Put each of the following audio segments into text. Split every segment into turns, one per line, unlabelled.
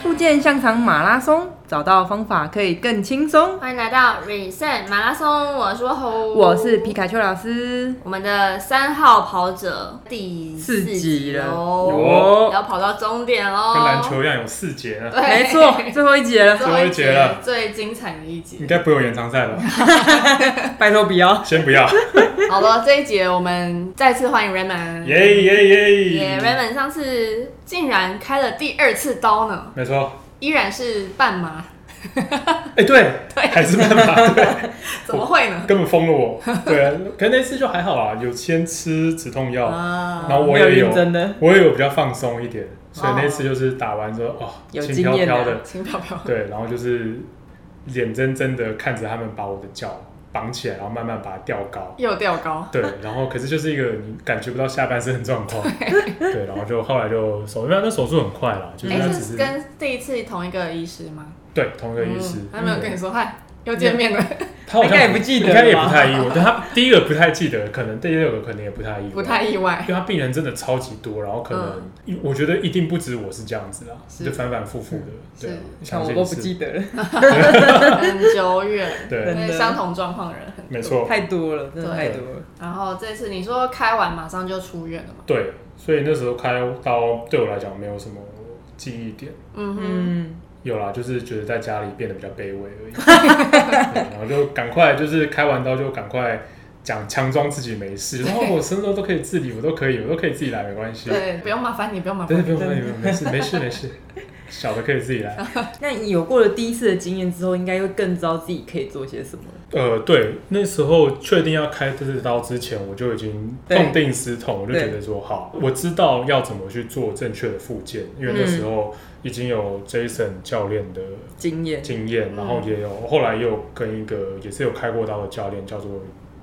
复健香肠马拉松，找到方法可以更轻松。
欢迎来到 Reset 马拉松，我是吼，
我是皮卡丘老师，
我们的三号跑者第
四集了
喽
有，
要跑到终点喽，
跟篮球一样有四节啊呢，
对，
没错，最后一节 了，
最后一
最后一节
节
了
最精彩的一节
应。该不会有延长赛吧？
拜托不要。
先不要，
好了，这一节我们再次欢迎 Raymond，
耶耶
耶
耶！
，Raymond 上次竟然开了第二次刀呢，
没错，
依然是半马，
哎，对，还是办法，对，
怎么会呢？
根本疯了我。对，啊可是那次就还好啊，有先吃止痛药，
啊
然后我也
哦没有
有
认真的，
我也有比较放松一点，所以那次就是打完之后，哦，
有
轻
经
飘
验
飘
的
的，
轻飘飘，
对，然后就是眼睁睁的看着他们把我的脚绑起来，然后慢慢把它吊高。
又掉高，
对，然后可是就是一个你感觉不到下半身的状况，对，然后就后来就手，因为那手术很快啦，就是
哎、
那只
是跟第一次同一个医师吗？
对，同一个医师
嗯，他没有跟你说嗨，又见面了，
他好像
应该也不记得
应该也
吧
不太意外。对他第一个不太记得，可能第二个可能也不太意外，
不太意外
因。为他病人真的超级多，然后可能、我觉得一定不止我是这样子啦，
是
就反反复复的，对啊，
像我
相信
都不
是
记得了，
很久远，
对
真的
因为相同状况的人很多
没。错，
太多了，真的
对
太多了。
然后这次你说开完马上就出院了嘛？
对，所以那时候开刀对我来讲没有什么记忆点。
嗯哼，
嗯，
有啦，就是觉得在家里变得比较卑微而已，对然后就赶快就是开完刀就赶快讲强装自己没事，然后我生肉都可以自理，我都可以，我都可以自己来，没关系。
对，不用麻烦你，不用麻
啊对，
烦
不
你。
用不用，不用没事没事没 事，小的可以自己来。
那你有过了第一次的经验之后，应该会更知道自己可以做些什么了。
呃，对，那时候确定要开这次刀之前，我就已经痛定思痛，我就觉得说好，我知道要怎么去做正确的复健，因为那时候已经有 Jason 教练的
经验，
经验，然后也有后来也有跟一个也是有开过刀的教练叫做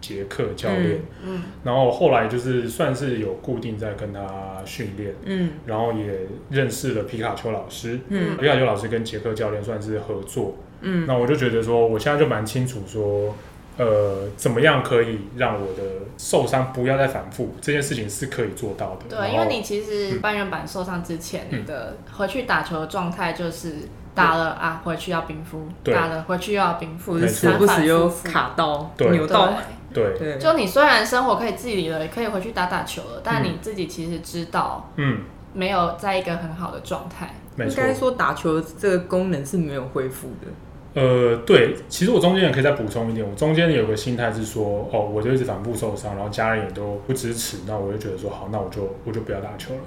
杰克教练，
嗯，
然后后来就是算是有固定在跟他训练，
嗯
然后也认识了皮卡丘老师，
嗯
皮卡丘老师跟杰克教练算是合作，
嗯
那我就觉得说，我现在就蛮清楚说，呃，怎么样可以让我的受伤不要再反复，这件事情是可以做到的。
对，
然
啊
后
因为你其实半月板受伤之前，
哦嗯
你的回去打球的状态就是打了啊，回去要冰敷，
对
打了回去又要冰敷，
或者
没
是
错
时不时又
反反复复
卡到、
对
扭到，
对
对，
对，
就你虽然生活可以自理了，也可以回去打打球了，但你自己其实知道
嗯，
没有在一个很好的状态。
没
应
错
该。说打球这个功能是没有恢复的。
呃，对，其实我中间也可以再补充一点，我中间有个心态是说，哦，我就一直反复受伤，然后家人也都不支持，那我就觉得说，好，那我就我就不要打球了。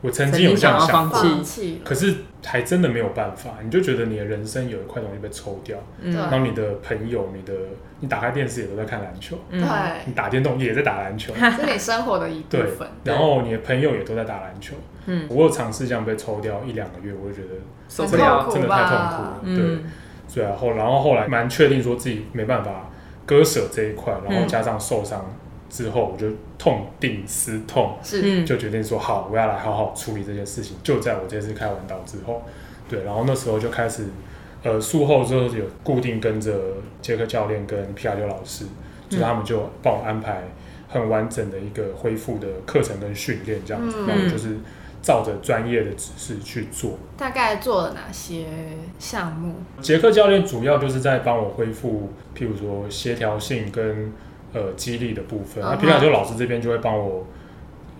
我曾经有这
曾经
样
想要
想
放
过，
放弃了，
可是还真的没有办法，你就觉得你的人生有一块东西被抽掉，
嗯
对
然后你的朋友、你的你打开电视也都在看篮球，
嗯，
对
你，打电动也在 打篮球，
这是你生活的一部
对
分。，
然后你的朋友也都在打篮球，
嗯，
我有尝试这样被抽掉一两个月，我就觉得
受不
真
了。
的
很痛苦
真的太痛苦
吧
了，对，
嗯
所以啊后然后后来蛮确定说自己没办法割舍这一块，然后
嗯
加上受伤之后，我就痛定思痛，
是，
嗯，
就决定说好，我要来好好处理这件事情。就在我这次开完刀之后，对，然后那时候就开始，呃，术后之后有固定跟着杰克教练跟皮亚丘老师，就是他们就帮我安排很完整的一个恢复的课程跟训练这样子，
嗯
然后我就是照着专业的指示去做。
大概做了哪些项目？
杰克教练主要就是在帮我恢复，譬如说协调性跟呃肌力的部分。那
嗯哼
皮卡丘老师这边就会帮我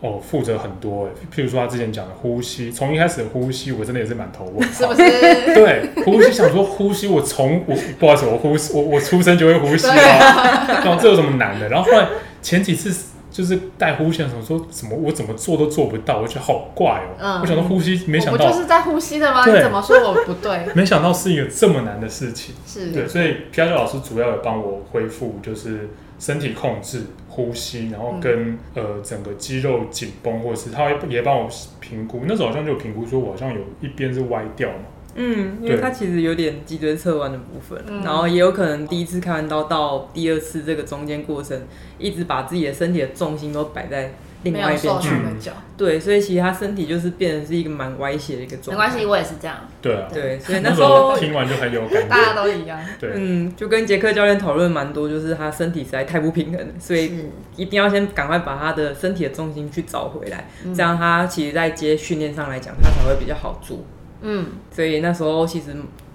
哦负责很多、欸，譬如说他之前讲的呼吸，从一开始的呼吸我真的也是满头问
是
号
不。是？
对，呼吸想说呼吸，我从我不好意思，我呼吸我我出生就会呼吸
对
啊，然后这有什么难的？然后后来前几次就是带呼吸的时候，说怎么我怎么做都做不到，我觉得好怪哦、
嗯
我想说呼吸， 没想
我不
到
就是在呼吸的吗？
对
你怎么说我不 对？
没想到是一个这么难的事情。对，
是，
所以皮亚丘老师主要有帮我恢复，就是身体控制、呼吸，然后跟、呃整个肌肉紧绷，或者是他会也帮我评估。那时候好像就有评估说，我好像有一边是歪掉嘛。
嗯，因为
对
它其实有点脊椎侧弯的部分，
嗯
然后也有可能第一次开完刀到第二次这个中间过程，一直把自己的身体的重心都摆在另
没
外
有
一边
受
去，
伤
嗯
的脚，
对，所以其实他身体就是变成是一个蛮歪斜的一个
没
状态。
关系，我也是这样，
对啊，
对，所以那
那
时
时
候
候啊听完就很有感
大家
觉。
都一样。
对，
嗯，就跟杰克教练讨论蛮多，就是他身体实在太不平衡了，所以
是，
一定要先赶快把他的身体的重心去找回来，
嗯
这样他其实在接训练上来讲，他才会比较好做。
嗯，
所以那时候其实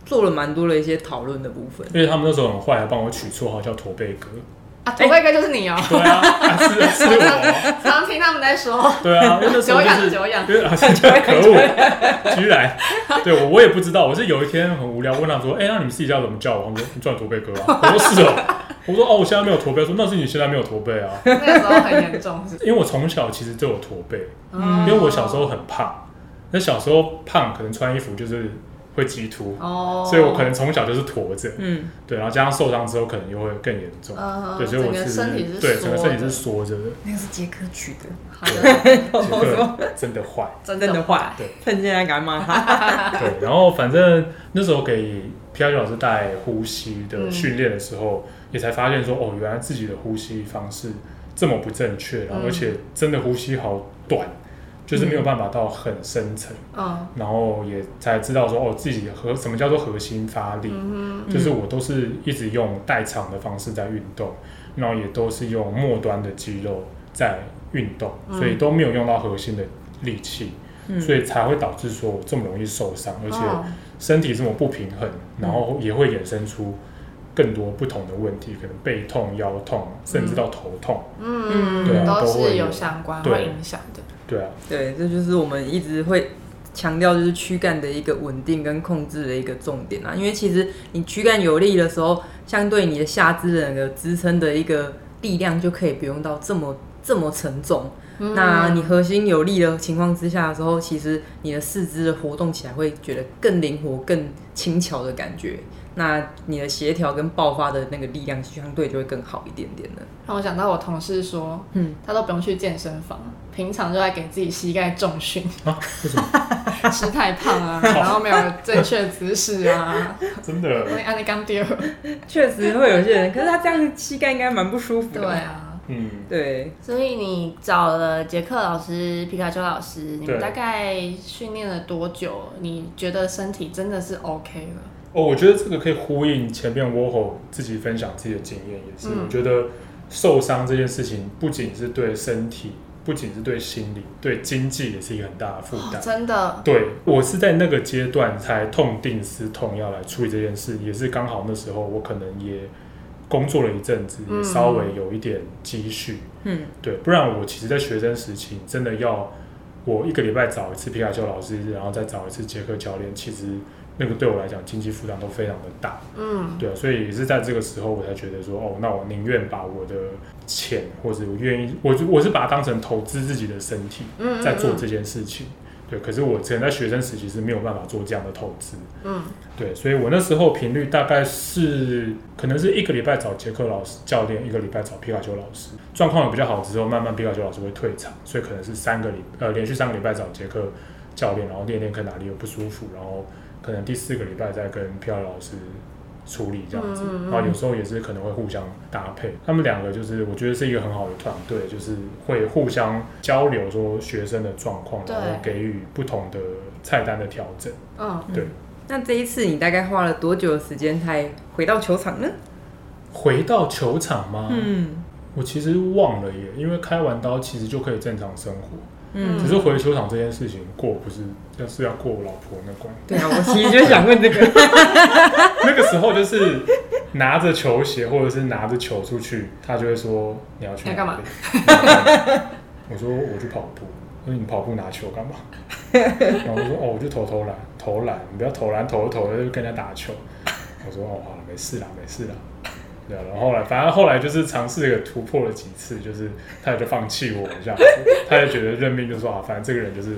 做了蛮多的一些讨论的部分。
因为他们那时候很坏，还帮我取绰号叫驼背哥。
哎
啊，头发哥就是你哦、
对啊，啊是是我。
常听他们在说，
对啊，因为那时候就是
久仰
因为好像 可恶，居然，对我我也不知道，我是有一天很无聊问他说，哎、那你们私底下怎么叫我？他们说你叫你驼背哥啊，我说是哦，我说哦，我现在没有驼背，他说那是你现在没有驼背啊，
那个时候很严重， 是不是
因为我从小其实就有驼背，
嗯
因为我小时候很胖，那小时候胖可能穿衣服就是会激凸，
哦，
所以我可能从小就是驼着，
嗯，
对，然后加上受伤之后可能又会更严重。
呃，
对，所以我
整
是
个身体是
对整个身体
缩
是
的
缩着的，
那个是杰克取的，
好的，
杰克 真的坏。
真
真的
的
坏
对，
趁现在敢骂他。
对，然后反正那时候给 P I 老师带呼吸
嗯
的训练的时候，也才发现说，哦，原来自己的呼吸方式这么不正确，然后
嗯
而且真的呼吸好短，就是没有办法到很深层，
嗯
然后也才知道说，哦，自己核什么叫做核心发力，
嗯
就是我都是一直用代偿的方式在运动，然后也都是用末端的肌肉在运动，所
嗯
以都没有用到核心的力气。
嗯
所以才会导致说我这么容易受伤，而
哼，
且
哦
身体这么不平衡，然后也会衍生出更多不同的问题，可能背痛、腰痛，甚至到头痛。
嗯，
对啊
都
都会
是
有
有相关
对
会影响的，
对 啊，
嗯对，这就是我们一直会强调，就是躯干的一个稳定跟控制的一个重点啊。因为其实你躯干有力的时候，相对你的下肢的那个支撑的一个力量就可以不用到这么这么沉重。
嗯
那你核心有力的情况之下的时候，其实你的四肢的活动起来会觉得更灵活、更轻巧的感觉。那你的协调跟爆发的那个力量相对就会更好一点点的。
让我想到我同事说，
嗯，
他都不用去健身房，平常就在给自己膝盖重训，
啊，为什么？
吃太胖啊，然后没有正确姿势啊，
真
所
的，
以按你刚丢，
啊
确
确实会有些人，可是他这样膝盖应该蛮不舒服的
对
吧。
啊。
嗯，
对，
所以你找了杰克老师、皮卡丘老师，你
对
们大概训练了多久？你觉得身体真的是 OK 了？
哦，我觉得这个可以呼应前面 w o h o 自己分享自己的经验，也是、
嗯
我觉得受伤这件事情不仅是对身体，不仅是对心理，对经济也是一个很大的负担。
真的，
对我是在那个阶段才痛定思痛要来处理这件事，也是刚好那时候我可能也工作了一阵子，
嗯
也稍微有一点积蓄，
嗯
对，不然我其实，在学生时期真的要我一个礼拜找一次皮卡丘老师，然后再找一次杰克教练，其实那个对我来讲经济负担都非常的大，
嗯，
对啊，所以也是在这个时候我才觉得说，哦，那我宁愿把我的钱，或者我愿意，我就我是把它当成投资自己的身体，
嗯
在做这件事情。对，可是我之前在学生时期是没有办法做这样的投资。
嗯，
对，所以我那时候频率大概是可能是一个礼拜找杰克老师教练，一个礼拜找皮卡丘老师。状况有比较好之后，慢慢皮卡丘老师会退场，所以可能是三个礼呃连续三个礼拜找杰克教练，然后练练看哪里有不舒服，然后可能第四个礼拜再跟皮卡丘老师。处理这样子，
嗯嗯嗯
然后有时候也是可能会互相搭配。他们两个就是我觉得是一个很好的团队，就是会互相交流说学生的状况，然后给予不同的菜单的调整。
嗯，
那这一次你大概花了多久的时间才回到球场呢？
回到球场吗？
嗯
我其实忘了耶，因为开完刀其实就可以正常生活，
嗯
只，是回球场这件事情过不是要是要过我老婆那关。
对啊，我其实就想问 这
啊
个，
那个时候就是拿着球鞋或者是拿着球出去，他就会说你要去
你要干嘛
哪里？我说我去跑步。我说你跑步拿球干嘛？然后我说哦，我就投投篮，投篮，你不要投篮，投一投就跟人家打球。我说哦，好了，没事啦，没事啦。对啊，然后后来，反正后来就是尝试了突破了几次，就是他也就放弃我这样子，他也觉得认命，就说啊，反正这个人就是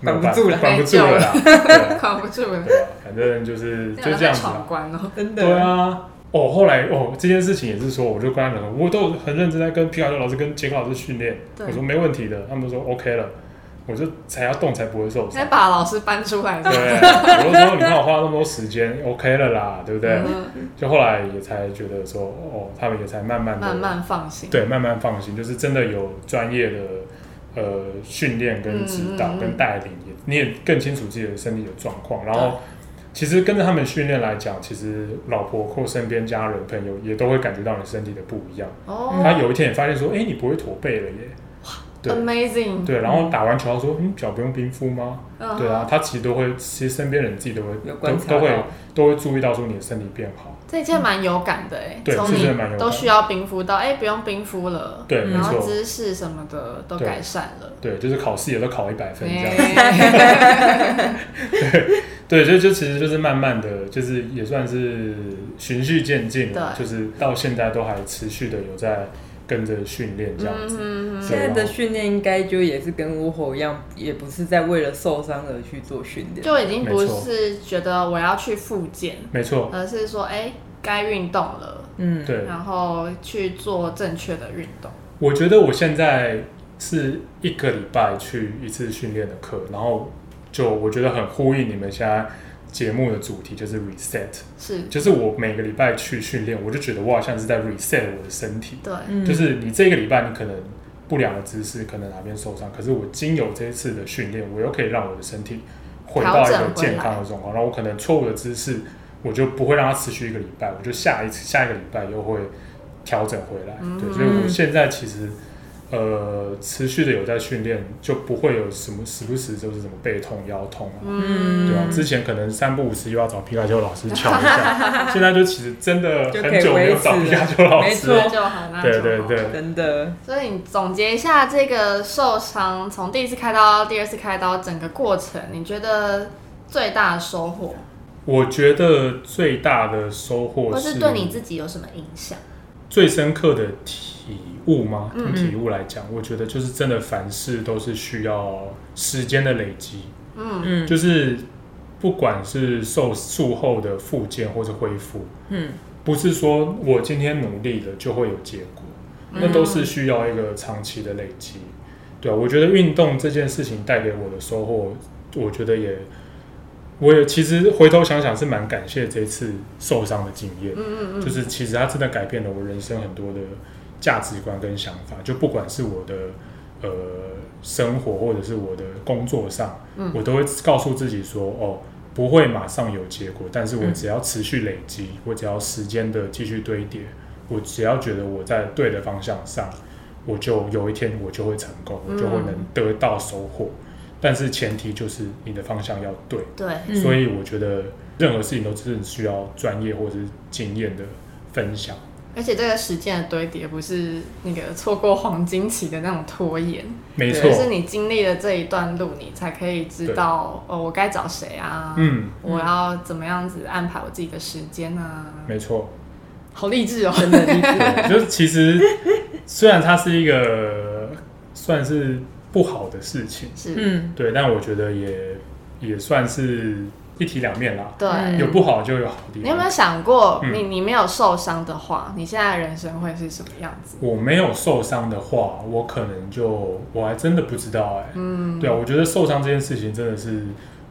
没有
管不住了
办管不住了啦，对啊
扛不住了，
对啊，反正就是就这样子啦
闯。关哦。
真的。
对啊，哦，后来哦，这件事情也是说，我就跟他讲，我都很认真在跟皮卡丘老师跟杰克老师训练，
对
我说没问题的，他们都说 OK 了，我就才要动才不会受伤
先。把老师搬出来
对，我就说你看我花了那么多时间，OK 了啦，对不对？
嗯
就后来也才觉得说，哦，他们也才慢慢的
慢慢放心。
对慢慢放心，就是真的有专业的呃训练跟指导
嗯嗯嗯
跟带领，也你也更清楚自己的身体的状况，然后。其实跟着他们训练来讲，其实老婆或身边家人朋友也都会感觉到你身体的不一样。
哦，
他有一天也发现说，哎、你不会驼背了耶，对
，amazing，
对，然后打完球他说，嗯，脚不用冰敷吗？
嗯
对啊，，他其实都会，其实身边人自己都会
有
都
观察
都会
到
都会注意到说你的身体变好。
这一切蛮有感的哎，
对
从
是真的蛮有
你
感
都需要冰敷到，哎，不用冰敷了，
对，
嗯
没
然后
错，
姿势什么的都
对
改善了，
对，就是考试也都考一百分这样。
哎
对，就就其实就是慢慢的就是也算是循序渐进啦，
对
就是到现在都还持续的有在跟着训练这样
嗯
子。啊
哼哼
现在的训练应该就也是跟乌吼一样，也不是在为了受伤而去做训练。
嗯就已经不
没错
是觉得我要去复健，
没错，
而是说，哎，该运动了，
嗯，
对，
然后去做正确的运动。
我觉得我现在是一个礼拜去一次训练的课，然后就我觉得很呼应你们现在节目的主题，就是 reset，
是，
就是我每个礼拜去训练，我就觉得我好像是在 reset 我的身体，
对，
嗯
就是你这个礼拜你可能不良的姿势，可能哪边受伤，可是我经由这一次的训练，我又可以让我的身体回到一
调
个
整回来
健康的状况，然后我可能错误的姿势，我就不会让它持续一个礼拜，我就下一次下一个礼拜又会调整回来。对，所以我现在其实呃持续的有在训练，就不会有什么时不时就是什么背痛、腰痛
嗯
啊，
嗯
对吧、啊？之前可能三不五时又要找皮卡丘老师瞧一下，现在就其实真的
就可
很久
以
没
维
有
持
找皮卡丘啊老
没
师
错
了，
那就好，那就
对
好。
对对。
真的，
所以你总结一下这个受伤，从第一次开刀到第二次开刀整个过程，你觉得最大的收获，
我觉得最大的收获
或
是
是对你自己有什么影响？
最深刻的体悟吗？
嗯
用体悟来讲，我觉得就是真的凡事都是需要时间的累积，
嗯，
嗯
就是不管是受术后的复健或者恢复，
嗯，
不是说我今天努力了就会有结果，那都是需要一个长期的累积。对啊，我觉得运动这件事情带给我的收获，我觉得也，我也其实回头想想是蛮感谢这次受伤的经验。
嗯嗯
就是其实它真的改变了我人生很多的价值观跟想法，就不管是我的呃生活或者是我的工作上，
嗯
我都会告诉自己说，哦，不会马上有结果，但是我
嗯
只要持续累积，我只要时间的继续堆叠，我只要觉得我在对的方向上，我就有一天我就会成功，我就
嗯
会能得到收获。但是前提就是你的方向要对，
嗯，对，
嗯
所以我觉得任何事情都是需要专业或者是经验的分享。
而且这个时间的堆叠不是那个错过黄金期的那种拖延，
没
对
错
而，是你经历了这一段路，你才可以知道，哦，我该找谁啊？，
嗯，
我要怎么样子安排我自己的时间啊？
没错。
好励志哦！
真的励志。
对，就是其实虽然它是一个算是不好的事情，
是，
嗯，
对，但我觉得也也算是一体两面啦，
对。
嗯
有不好就有好的地
你有没
方
有。想过，
嗯
你你没有受伤的话，你现在人生会是什么样子？
我没有受伤的话，我可能就我还真的不知道哎、
嗯，
对啊，我觉得受伤这件事情真的是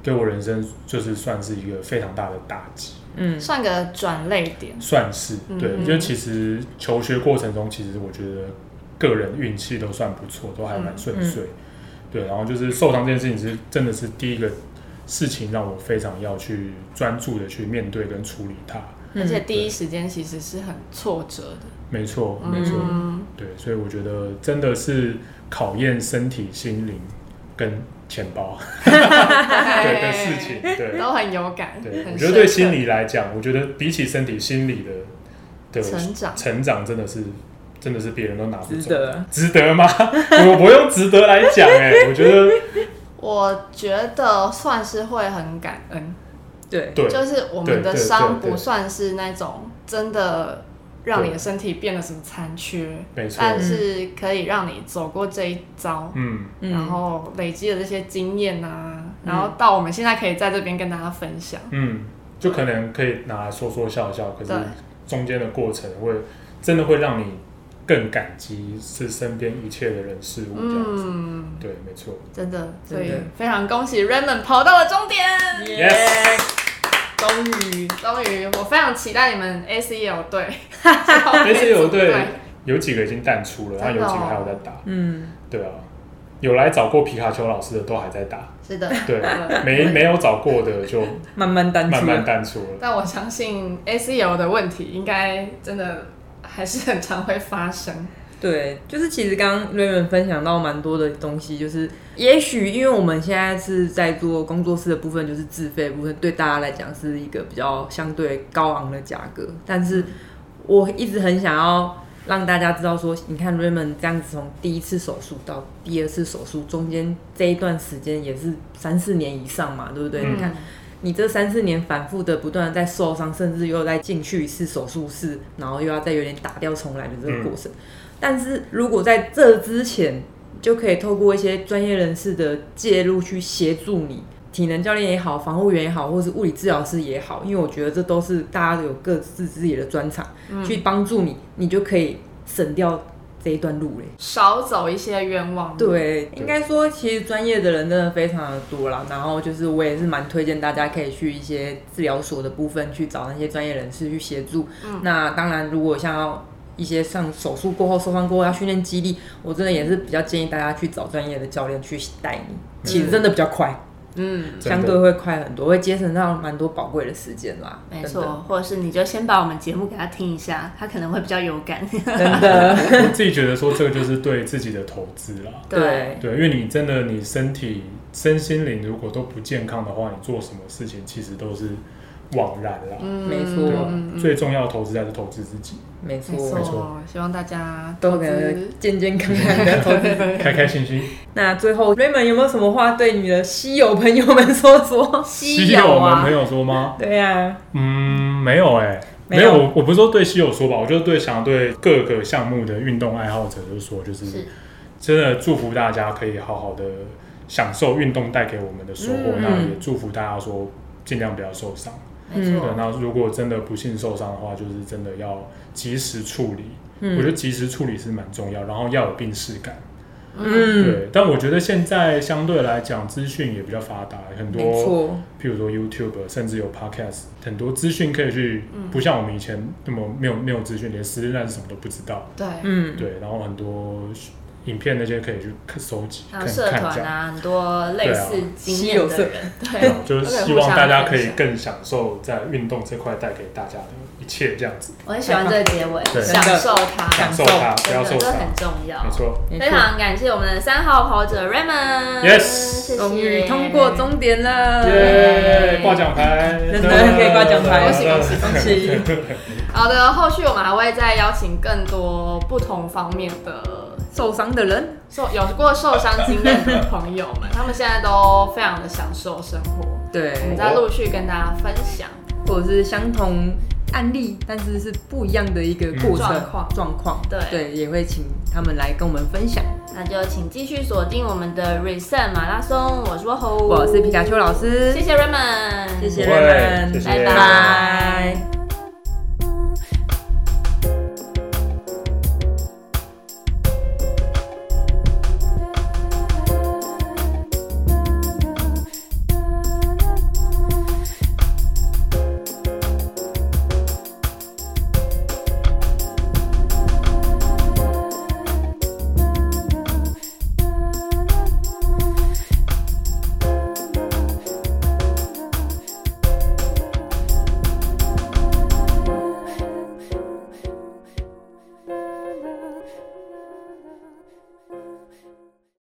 对我人生就是算是一个非常大的打击。
嗯，
算个转类点。
算是对，
嗯
因为其实求学过程中，其实我觉得个人运气都算不错，都还蛮顺
嗯
遂。对，然后就是受伤这件事情是真的是第一个事情，让我非常要去专注的去面对跟处理它。
嗯
而且第一时间其实是很挫折的，
没错，没错，
嗯，
对，所以我觉得真的是考验身体、心灵跟钱 包 对的事情。对，
都很有感，
对，
哎很
我觉得
深刻
对心理来讲，我觉得比起身体，心理的的
成长
成长真的是真的是别人都拿不
值
走，
得啊。
值得吗？ 我不用值得来讲哎、 我觉得
我觉得算是会很感恩，
对，
对
就是我
对
们的
对
伤
对
不
对
算是那种真的让你的身体变得什么残缺，
没错，
但是可以让你走过这一遭，
嗯，
嗯
然后累积的这些经验啊，然后到我们现在可以在这边跟大家分享。
嗯，就可能可以拿来说说笑笑，可是
对
中间的过程会真的会让你更感激是身边一切的人事物这样子。
嗯，
对，没错。
真的，所
真的
以非常恭喜 Raymond 跑到了终点。
耶
Yes
终于
终于，我非常期待你们 ACL 队
ACL 队有几个已经淡出了，然后有
哎真的哦
几个还有在打。
嗯，
对啊，有来找过皮卡丘老师的都还在 打。
是的，
对，没没有找过 的就
慢慢淡
慢
出
慢
了，
淡出了。
但我相信 ACL 的问题应该真的还是很常会发生，
对，就是其实刚刚 Raymond 分享到蛮多的东西，就是也许因为我们现在是在做工作室的部分，就是自费的部分，对大家来讲是一个比较相对高昂的价格，但是我一直很想要让大家知道说，你看 Raymond 这样子从第一次手术到第二次手术中间这一段时间也是三四年以上嘛，对不对？
嗯
你看。你这三四年反复的不断的在受伤，甚至又在进去一次手术室，然后又要再有点打掉重来的这个过程。但是如果在这之前，就可以透过一些专业人士的介入去协助你，体能教练也好，防护员也好，或是物理治疗师也好，因为我觉得这都是大家有各自自己的专长，
嗯
去帮助你，你就可以省掉这一段路嘞。
少走一些冤枉路。
对，应该说其实专业的人真的非常的多啦。然后就是我也是蛮推荐大家可以去一些治疗所的部分去找那些专业人士去协助。
嗯
那当然，如果像要一些上手术过后受伤过后要训练肌力，我真的也是比较建议大家去找专业的教练去带你，其实真的比较快，
嗯，
真
相
的
对会快很多，会节省到蛮多宝贵的时间啦。真
没
的
错，，或者是你就先把我们节目给他听一下，他可能会比较有 感。
真的，
我自己觉得说这个就是对自己的投资啦。
对，
对，
对，因为你真的你身体、身心灵如果都不健康的话，你做什么事情其实都是枉然啦。
嗯
没
对吧
错，
最重要的投资还是投资自己，
没
没
错，
错，嗯希望大家
都
投
可能
资
健健康康 的投资
开开心心。
那最后，Raymond 有没有什么话对你的稀有朋友们说说？
稀
我们
啊
朋，友说吗？
对啊呀、
嗯，没有哎、
没
没
有
有，我我不是说对稀有说吧，我就对想对各个项目的运动爱好者就说，就是
是
真的祝福大家可以好好的享受运动带给我们的收获，
嗯
那也祝福大家说尽量不要受伤。
没
对，
错，
那如果真的不幸受伤的话，就是真的要及时处理。
嗯
我觉得及时处理是蛮重要，然后要有病视感。
嗯，
对，但我觉得现在相对来讲，资讯也比较发达，很
没
多，
错，
譬如说 YouTube，甚至有 Podcast，很多资讯可以去，不像我们以前那么没有没有资讯，连时间段是什么都不知道。
对，
嗯，
对，然后很多影片那些可以去看收集，
还
看
有社
看一
团
下。啊
啊，很多类似经
稀
验
有
的
社
人，
对
对，
啊就是希望大家可以更享受在运动这块带给大家的一切，这样子
我很喜欢这个结尾，
对
享受它，
享
享受它，不
真
要
的
受
这
伤。
很重要
没。错，
没
非
错，
常感谢我们的三号跑者 Raymond，
Yes
谢谢，
终于通过终点了，
耶！挂奖牌，
呃真的可以挂奖牌，
恭喜恭 喜
恭喜！
好的，后续我们还会再邀请更多不同方面的
受伤的人，
受有过受伤经验的朋友 们，他们现在都非常的享受生活，我们
对，
再陆续跟大家分享。
或者是相同案例，但是是不一样的一个过程
嗯状况
状况，
对
对，也会请他们来跟我们分享。
那就请继续锁定我们的 Reset 马拉松，我是若侯，
我是皮卡丘老师
谢，谢 Raymond，
谢谢
不会
Raymond，
谢谢
拜
拜拜
拜。